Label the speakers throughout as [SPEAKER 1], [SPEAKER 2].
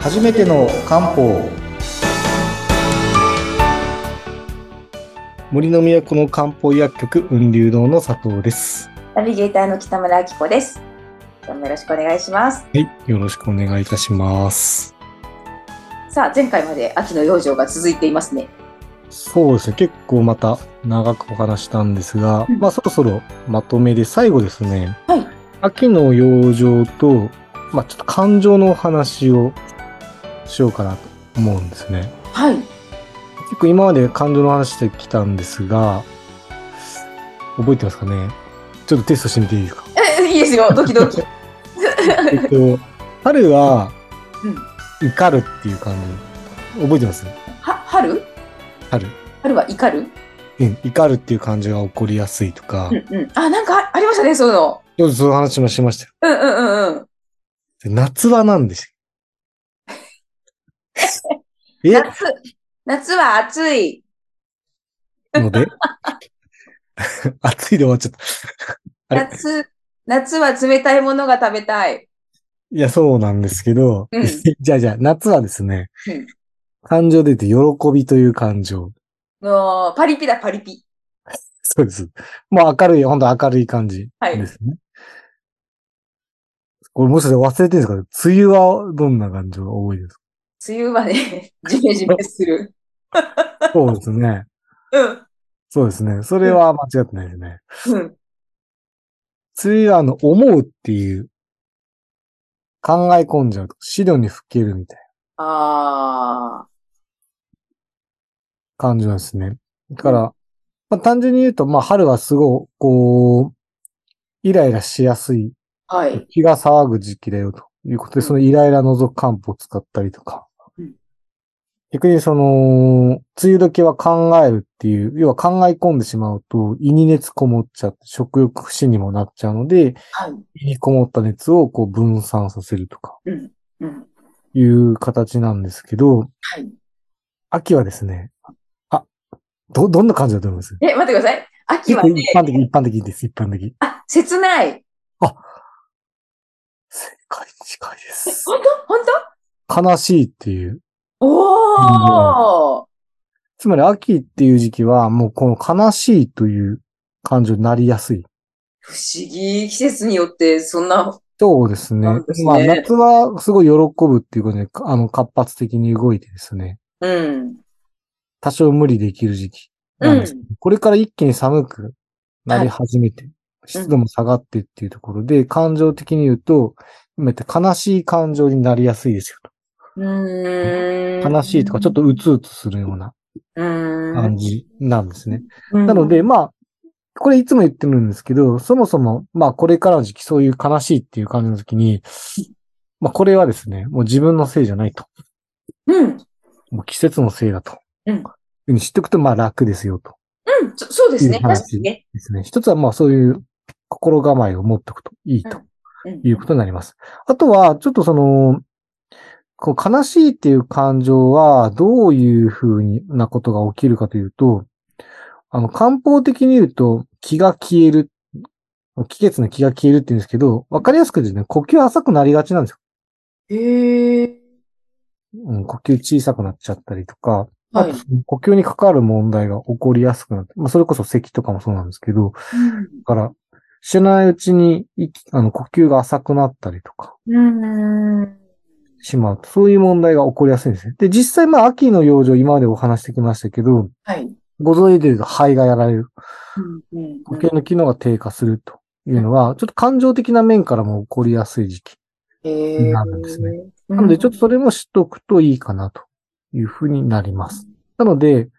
[SPEAKER 1] 初めての漢方森の都の漢方薬局雲龍堂の佐藤です
[SPEAKER 2] ナビゲーターの北村明子です。今日もよろしくお願いします。
[SPEAKER 1] はいよろしくお願いいたします
[SPEAKER 2] さあ、前回まで秋の養生が続いていますね。
[SPEAKER 1] そうですね結構また長くお話したんですが、
[SPEAKER 2] うん
[SPEAKER 1] まあそろそろまとめで最後ですね
[SPEAKER 2] はい。
[SPEAKER 1] 秋の養生とまあちょっと感情のお話をしようかなと思うんですね
[SPEAKER 2] はい。
[SPEAKER 1] 結構今まで感情の話してきたんですが、覚えてますかねちょっとテストしてみていいですか
[SPEAKER 2] え、いいです よ。ドキドキ。
[SPEAKER 1] えっと、春は
[SPEAKER 2] うん。
[SPEAKER 1] 怒るっていう感じ。覚えてます
[SPEAKER 2] は、春
[SPEAKER 1] 春。
[SPEAKER 2] 春は怒る
[SPEAKER 1] うん、怒るっていう感じが起こりやすいとか
[SPEAKER 2] うん、うん。あ、なんかあありましたね、そういうの。
[SPEAKER 1] ちょっとそういう話もしましたよ。
[SPEAKER 2] うんうんうんうん。
[SPEAKER 1] で夏は何でしたっけえ
[SPEAKER 2] 夏、夏は暑い。
[SPEAKER 1] ので 暑いで終わっちゃった。あれ
[SPEAKER 2] 夏、夏は冷たいものが食べたい。
[SPEAKER 1] いや、そうなんですけど、
[SPEAKER 2] うん
[SPEAKER 1] じゃあじゃあ、夏はですね、
[SPEAKER 2] うん
[SPEAKER 1] 感情で言うと喜びという感情。
[SPEAKER 2] のパリピだ、パリピ。
[SPEAKER 1] そうです。もう明るい、本当明るい感じ
[SPEAKER 2] はい
[SPEAKER 1] ですね。これもしかして忘れてるんですかね梅雨はどんな感じが多いですか
[SPEAKER 2] 梅雨はね、 ジメジメする。
[SPEAKER 1] そうですね。
[SPEAKER 2] うん。
[SPEAKER 1] そうですね。それは間違ってないですね。
[SPEAKER 2] うん。
[SPEAKER 1] 梅雨はあの、思うっていう、考え込んじゃうと、資料に吹けるみたいな
[SPEAKER 2] あ
[SPEAKER 1] 感じなんですね。だから、まあ単純に言うと、まあ春はすごい、こう、イライラしやすい、
[SPEAKER 2] あ。はい。
[SPEAKER 1] 気が騒ぐ時期だよということで、そのイライラ除く漢方を使ったりとか
[SPEAKER 2] うん。
[SPEAKER 1] 逆にその、梅雨時は考えるっていう、要は考え込んでしまうと、胃に熱こもっちゃって、食欲不振にもなっちゃうので、
[SPEAKER 2] はい。
[SPEAKER 1] 胃にこもった熱をこう分散させるとか、
[SPEAKER 2] うん。うん。
[SPEAKER 1] いう形なんですけど、
[SPEAKER 2] はい。
[SPEAKER 1] 秋はですね、あ、ど、どんな感じだと思います
[SPEAKER 2] え、待ってください。秋
[SPEAKER 1] 結
[SPEAKER 2] は
[SPEAKER 1] 構
[SPEAKER 2] ね
[SPEAKER 1] 一、般的、一般的です、一般的。
[SPEAKER 2] あ、切ない。
[SPEAKER 1] 正解に近いです。
[SPEAKER 2] 本当本
[SPEAKER 1] 悲しいっていう
[SPEAKER 2] 当おー、
[SPEAKER 1] つまり秋っていう時期はもうこの悲しいという感情になりやすい。
[SPEAKER 2] 不思議。季節によって、そんな、
[SPEAKER 1] そうですね。
[SPEAKER 2] そうですね
[SPEAKER 1] まあ夏はすごい喜ぶっていうことで、かあの活発的に動いてですね、
[SPEAKER 2] うん。
[SPEAKER 1] 多少無理できる時期
[SPEAKER 2] う
[SPEAKER 1] なん
[SPEAKER 2] ん
[SPEAKER 1] です。。これから一気に寒くなり始めて、湿度も下がってっていうところで、感情的に言うと、今言った悲しい感情になりやすいですよと。
[SPEAKER 2] うーん。
[SPEAKER 1] 悲しいとかちょっとうつうつするような
[SPEAKER 2] うーん、
[SPEAKER 1] 感じなんですね。
[SPEAKER 2] うん。
[SPEAKER 1] なので、まあ、これいつも言ってるんですけど、そもそも、まあ、これからの時期、そういう悲しいっていう感じの時に、まあ、これはですね、もう自分のせいじゃないと。
[SPEAKER 2] うん。
[SPEAKER 1] もう季節のせいだと。
[SPEAKER 2] うん
[SPEAKER 1] いうふうに知っておくと、まあ、楽ですよと。
[SPEAKER 2] うん。そそうですね。
[SPEAKER 1] いい話
[SPEAKER 2] 確かにね。
[SPEAKER 1] ですね。一つは、まあ、そういう心構えを持っておくといいと
[SPEAKER 2] うん
[SPEAKER 1] いうことになります。あとは、ちょっとその、こう悲しいっていう感情は、どういうふうになことが起きるかというと、あの、漢方的に言うと、気が消える。気血の気が消えるって言うんですけど、わかりやすく言うとね、呼吸浅くなりがちなんですよ。
[SPEAKER 2] へえ。
[SPEAKER 1] うん、呼吸小さくなっちゃったりとか、あ
[SPEAKER 2] はい
[SPEAKER 1] と。その呼吸に関わる問題が起こりやすくなって、まあ、それこそ咳とかもそうなんですけど、だから、知らないうちに息、あの、呼吸が浅くなったりとか、
[SPEAKER 2] うん。うん
[SPEAKER 1] しまうと、そういう問題が起こりやすいんですね。で、実際、まあ、秋の養生、今までお話してきましたけど、
[SPEAKER 2] はい。
[SPEAKER 1] ご存知で言うと肺がやられる。
[SPEAKER 2] うんうん
[SPEAKER 1] 呼吸の機能が低下するというのは、ちょっと感情的な面からも起こりやすい時期。
[SPEAKER 2] へえ。
[SPEAKER 1] なるんですね
[SPEAKER 2] うん。
[SPEAKER 1] なので、ちょっとそれも知っておくといいかなというふうになります。なので、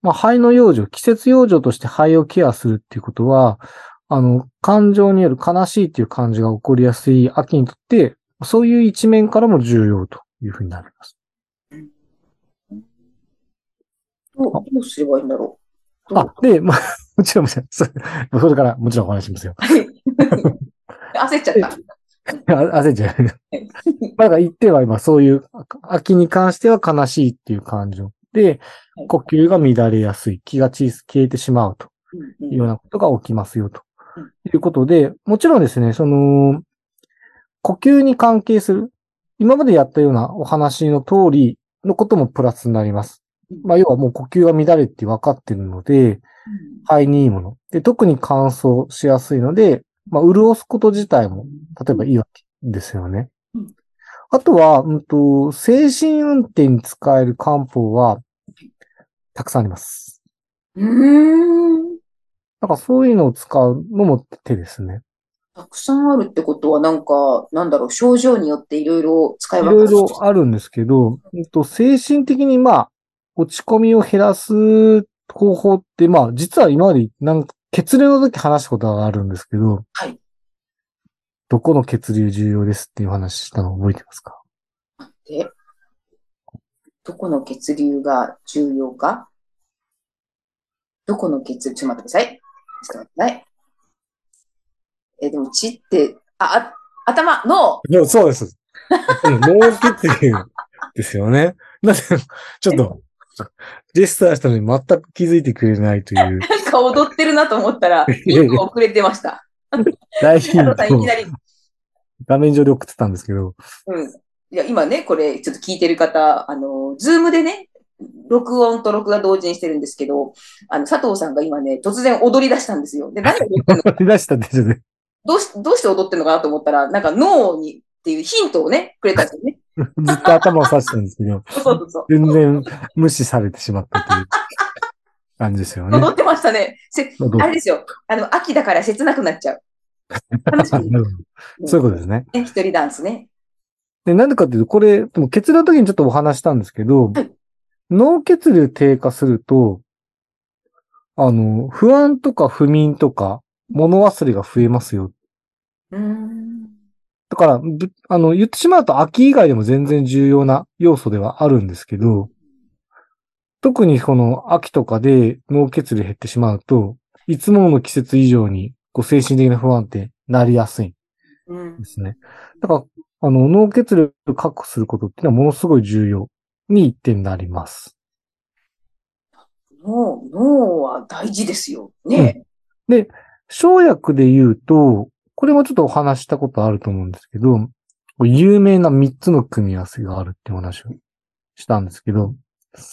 [SPEAKER 1] まあ、肺の養生、季節養生として肺をケアするっていうことは、あの、感情による悲しいっていう感じが起こりやすい秋にとって、そういう一面からも重要というふうになります。
[SPEAKER 2] どうどうすればいいんだろう。どう
[SPEAKER 1] あ、で、まあ、 もちろん、もちろん、それ それからもちろんお話ししますよ。
[SPEAKER 2] 焦っちゃった。
[SPEAKER 1] あ焦っち ゃう。まあだから一定は今そういう、あ秋に関しては悲しいっていう感情で
[SPEAKER 2] はい、
[SPEAKER 1] 呼吸が乱れやすい、気が小さ消えてしまうと
[SPEAKER 2] うん
[SPEAKER 1] いうようなことが起きますよと
[SPEAKER 2] うん。
[SPEAKER 1] いうことで、もちろんですね、その、呼吸に関係する、今までやったようなお話の通りのこともプラスになります。まあ、要はもう呼吸が乱れって分かってるので、肺にいいもの。で、特に乾燥しやすいので、まあ、潤すこと自体も、例えばいいわけですよね
[SPEAKER 2] うん。
[SPEAKER 1] あとは、うんと、精神運転に使える漢方は、たくさんあります。
[SPEAKER 2] うん。うーん。
[SPEAKER 1] だからそういうのを使うのも手ですね。
[SPEAKER 2] たくさんあるってことは、なんか、なんだろう、症状によっていろいろ使い
[SPEAKER 1] い
[SPEAKER 2] 分
[SPEAKER 1] ろい
[SPEAKER 2] け
[SPEAKER 1] ろあるんですけど、うんと、精神的にまあ、落ち込みを減らす方法って、まあ、実は今までなんか血流の時話したことがあるんですけど、
[SPEAKER 2] はい
[SPEAKER 1] どこの血流重要ですっていう話したの覚えてますか
[SPEAKER 2] て、どこの血流が重要かどこの血流、ちょっと待ってください。ちょっと待ってください。え、でも血って、あ、あ頭、脳
[SPEAKER 1] いや、そうです。脳血流ですよね。 なぜ、ちょっと、ジェスターしたのに全く気づいてくれないと いう、
[SPEAKER 2] なんか踊ってるなと思った
[SPEAKER 1] い
[SPEAKER 2] ら、
[SPEAKER 1] やいや
[SPEAKER 2] 一歩遅れてました。
[SPEAKER 1] 大ヒ
[SPEAKER 2] あ
[SPEAKER 1] ン
[SPEAKER 2] のさんいきな
[SPEAKER 1] ト
[SPEAKER 2] り、
[SPEAKER 1] 画面上で送ってたんですけど、
[SPEAKER 2] うん。いや、今ね、これ、ちょっと聞いてる方、あの、ズームでね、録音と録画同時にしてるんですけど、あの、佐藤さんが今ね、突然踊り出したんですよ。で、何を踊ってんの
[SPEAKER 1] 取り出したってじゃね。
[SPEAKER 2] どうし、どうして踊ってるのかなと思ったら、なんか脳にっていうヒントをね、くれたんですよね。
[SPEAKER 1] ずっと頭を刺してるんですけど、
[SPEAKER 2] そうそうそう。
[SPEAKER 1] 全然無視されてしまった という感じですよね。
[SPEAKER 2] 踊ってましたね。せ
[SPEAKER 1] どう
[SPEAKER 2] あれですよ。あの、秋だから切なくなっちゃう。楽しみ
[SPEAKER 1] なるほど そういうことですね。
[SPEAKER 2] ね。一人ダンスね。
[SPEAKER 1] で、なんでかっていうと、これ、でも血流の時にちょっとお話したんですけど、
[SPEAKER 2] はい
[SPEAKER 1] 脳血流低下すると、あの、不安とか不眠とか、物忘れが増えますよ。
[SPEAKER 2] うーん。
[SPEAKER 1] だから、ぶあの、言ってしまうと秋以外でも全然重要な要素ではあるんですけど、特にこの秋とかで脳血流減ってしまうと、いつもの季節以上にこう精神的な不安定になりやすいん
[SPEAKER 2] うん
[SPEAKER 1] で。すね。だから、あの、脳血流を確保することっていうのはものすごい重要に一点になります。
[SPEAKER 2] 脳、脳は大事ですよ。ね。
[SPEAKER 1] 生薬で言うと、これもちょっとお話したことあると思うんですけど、有名な3つの組み合わせがあるっていうお話をしたんですけど、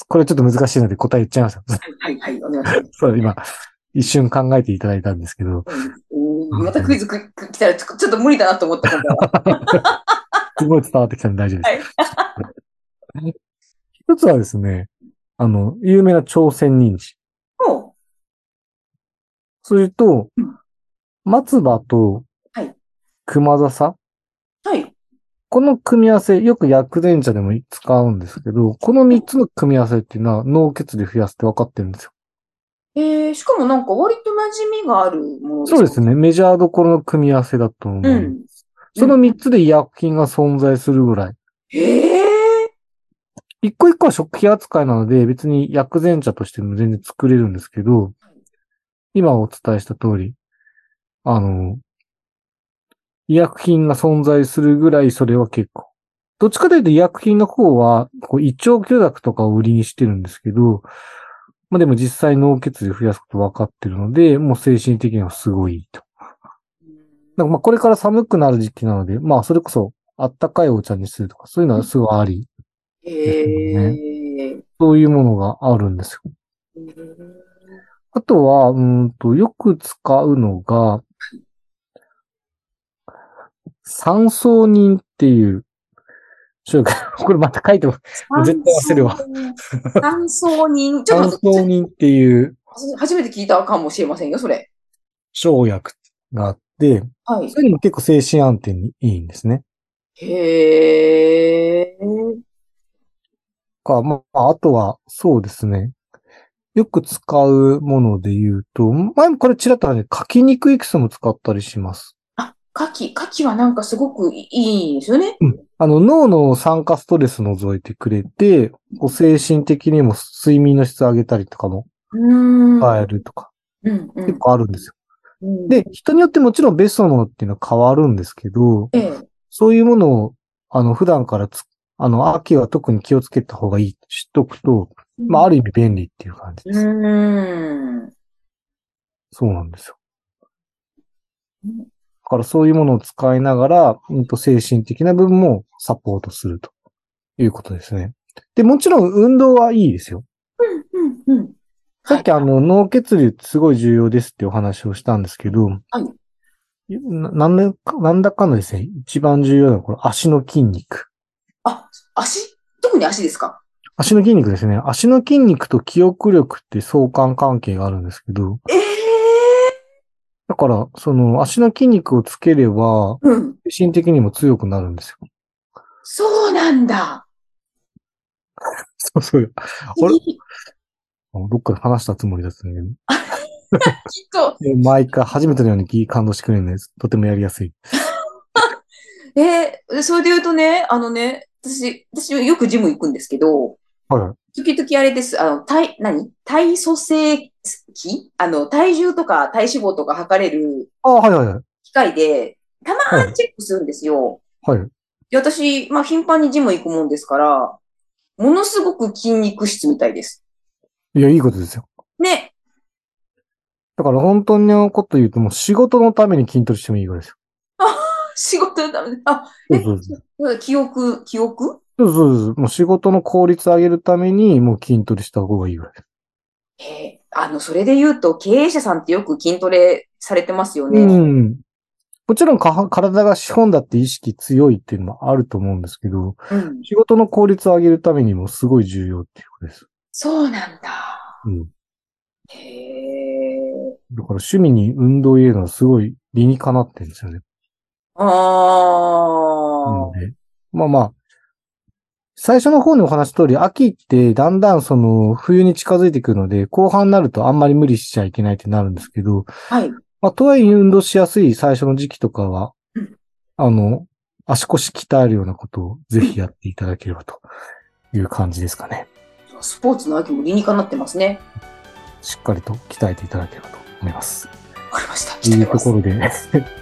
[SPEAKER 1] これちょっと難しいので答え言っちゃいました。
[SPEAKER 2] はいはい、お願いしま す。
[SPEAKER 1] そう、今、一瞬考えていただいたんですけど、
[SPEAKER 2] うんまたクイズくく来たらちょちょっと無理だなと思った 今度は
[SPEAKER 1] すごい伝わってきたんで大丈夫です。
[SPEAKER 2] はい。
[SPEAKER 1] 一つはですね、あの、有名な朝鮮人参。
[SPEAKER 2] も
[SPEAKER 1] それと
[SPEAKER 2] うん、
[SPEAKER 1] 松葉と
[SPEAKER 2] はい、
[SPEAKER 1] 熊笹。
[SPEAKER 2] う、はい。
[SPEAKER 1] この組み合わせ、よく薬膳茶でも使うんですけど、この三つの組み合わせっていうのは脳血流増やすって分かってるんですよ。
[SPEAKER 2] えー、しかもなんか割と馴染みがあるもの
[SPEAKER 1] そうです
[SPEAKER 2] ね。
[SPEAKER 1] ね。メジャーどころの組み合わせだと思う。
[SPEAKER 2] うん。
[SPEAKER 1] その三つで医薬品が存在するぐらい。
[SPEAKER 2] えー。
[SPEAKER 1] 一個一個は食品扱いなので、別に薬膳茶としても全然作れるんですけど、今お伝えした通り、あの、医薬品が存在するぐらいそれは結構。どっちかというと医薬品の方は、こう胃腸許諾とかを売りにしてるんですけど、まあでも実際脳血流増やすこと分かってるので、もう精神的にはすごいいいと。なんかまあこれから寒くなる時期なので、まあそれこそあったかいお茶にするとか、そういうのはすごいあり、
[SPEAKER 2] へ
[SPEAKER 1] ね
[SPEAKER 2] え。
[SPEAKER 1] そういうものがあるんですよあとは、うーんと、よく使うのが、三層人っていう、ちょ、 これまた書いてます。絶対忘れるわ
[SPEAKER 2] 三層人。ちょ
[SPEAKER 1] 三
[SPEAKER 2] っと待
[SPEAKER 1] 層
[SPEAKER 2] って
[SPEAKER 1] 人っていう
[SPEAKER 2] 初めて聞いたかもしれませんよ、それ。
[SPEAKER 1] 生薬があって、
[SPEAKER 2] はい
[SPEAKER 1] そ。れにも結構精神安定にいいんですね。
[SPEAKER 2] へえ。
[SPEAKER 1] か、まあ、あとは、そうですね。よく使うもので言うと、前もこれちらっとね、書きにくいエキスも使ったりします。
[SPEAKER 2] あ、牡蠣、牡蠣はなんかすごくいいんですよね。
[SPEAKER 1] あの、脳の酸化ストレス除いてくれて、こう精神的にも睡眠の質上げたりとかも
[SPEAKER 2] うーん。
[SPEAKER 1] 変えるとか、
[SPEAKER 2] うんうん
[SPEAKER 1] 結構あるんですよ。
[SPEAKER 2] うん。
[SPEAKER 1] で、人によってもちろんベストのものっていうのは変わるんですけど、
[SPEAKER 2] ええ、
[SPEAKER 1] そういうものを、あの、普段からつ、あの、秋は特に気をつけた方がいいって知っとくと、まあ、ある
[SPEAKER 2] る。
[SPEAKER 1] 意味便利っていう感じ
[SPEAKER 2] う
[SPEAKER 1] です。
[SPEAKER 2] ーん。
[SPEAKER 1] そうなんですよ。からそういうものを使いながら、うんと、精神的な部分もサポートするということですね。で、もちろん運動はいいですよ。
[SPEAKER 2] うん、うん。
[SPEAKER 1] さっきあの、脳血流ってすごい重要ですってお話をしたんですけど、ななんだかなんだかんだですね、一番重要なのはこの足の筋肉。
[SPEAKER 2] 足特に足ですか
[SPEAKER 1] 足の筋肉ですね。足の筋肉と記憶力って相関関係があるんですけど、
[SPEAKER 2] ええ
[SPEAKER 1] だから、その足の筋肉をつければ、
[SPEAKER 2] うん。
[SPEAKER 1] 精神的にも強くなるんですよ。
[SPEAKER 2] そうなんだ。
[SPEAKER 1] そうそう。あれ
[SPEAKER 2] き
[SPEAKER 1] どっかで話したつもりだったんだけど。
[SPEAKER 2] っと。
[SPEAKER 1] で毎回初めてのように感動してくれるので、とてもやりやすい。
[SPEAKER 2] えー、それで言うとね、あのね、私、私よくジム行くんですけど、
[SPEAKER 1] は
[SPEAKER 2] 時々あれです。あの、体、何体組成器あの、体重とか体脂肪とか測れる
[SPEAKER 1] あ、はいはいはい。
[SPEAKER 2] 機械で、たまにチェックするんですよ。
[SPEAKER 1] はい。
[SPEAKER 2] で、私、まあ、頻繁にジム行くもんですから、ものすごく筋肉質みたいです。
[SPEAKER 1] いや、いいことですよ。
[SPEAKER 2] ね。
[SPEAKER 1] だから本当のこと言うと、もう仕事のために筋トレしてもいいぐらいですよ。
[SPEAKER 2] 仕事のために、あ、え
[SPEAKER 1] そうそう
[SPEAKER 2] 記憶、記憶
[SPEAKER 1] そうそうそう。もう仕事の効率を上げるために、もう筋トレした方がいいぐらいです。
[SPEAKER 2] へえあの、それで言うと、経営者さんってよく筋トレされてますよね。
[SPEAKER 1] うん。もちろんか体が資本だって意識強いっていうのもあると思うんですけど、
[SPEAKER 2] うん
[SPEAKER 1] 仕事の効率を上げるためにもすごい重要っていうことです。
[SPEAKER 2] そうなんだ。
[SPEAKER 1] うん。
[SPEAKER 2] へえ。
[SPEAKER 1] だから趣味に運動を入れるのはすごい理にかなってるんですよね。
[SPEAKER 2] ああ。
[SPEAKER 1] なのでまあまあ、最初の方にお話し通り、秋ってだんだんその冬に近づいてくるので、後半になるとあんまり無理しちゃいけないってなるんですけど、
[SPEAKER 2] はい。
[SPEAKER 1] まあ、とはいえ運動しやすい最初の時期とかは
[SPEAKER 2] うん、
[SPEAKER 1] あの、足腰鍛えるようなことをぜひやっていただければという感じですかね。
[SPEAKER 2] スポーツの秋も理にかなってますね。
[SPEAKER 1] しっかりと鍛えていただければと思います。
[SPEAKER 2] わかりました。
[SPEAKER 1] というところ で、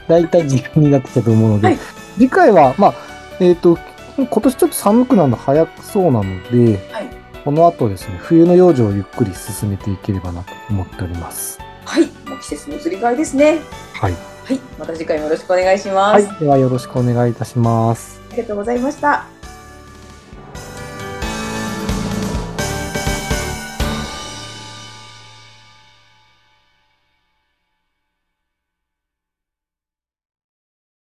[SPEAKER 1] だいたい時間になってきたと思うので、
[SPEAKER 2] はい
[SPEAKER 1] 次回は、まあ、えっ、と、今年ちょっと寒くなるの早くそうなので、
[SPEAKER 2] はい
[SPEAKER 1] この後ですね、冬の養生をゆっくり進めていければなと思っております。
[SPEAKER 2] はい。もう季節の移り変えですね。
[SPEAKER 1] はい。
[SPEAKER 2] はい。また次回もよろしくお願いしま
[SPEAKER 1] は
[SPEAKER 2] す。
[SPEAKER 1] い。ではよろしくお願いいたします。
[SPEAKER 2] ありがとうございました。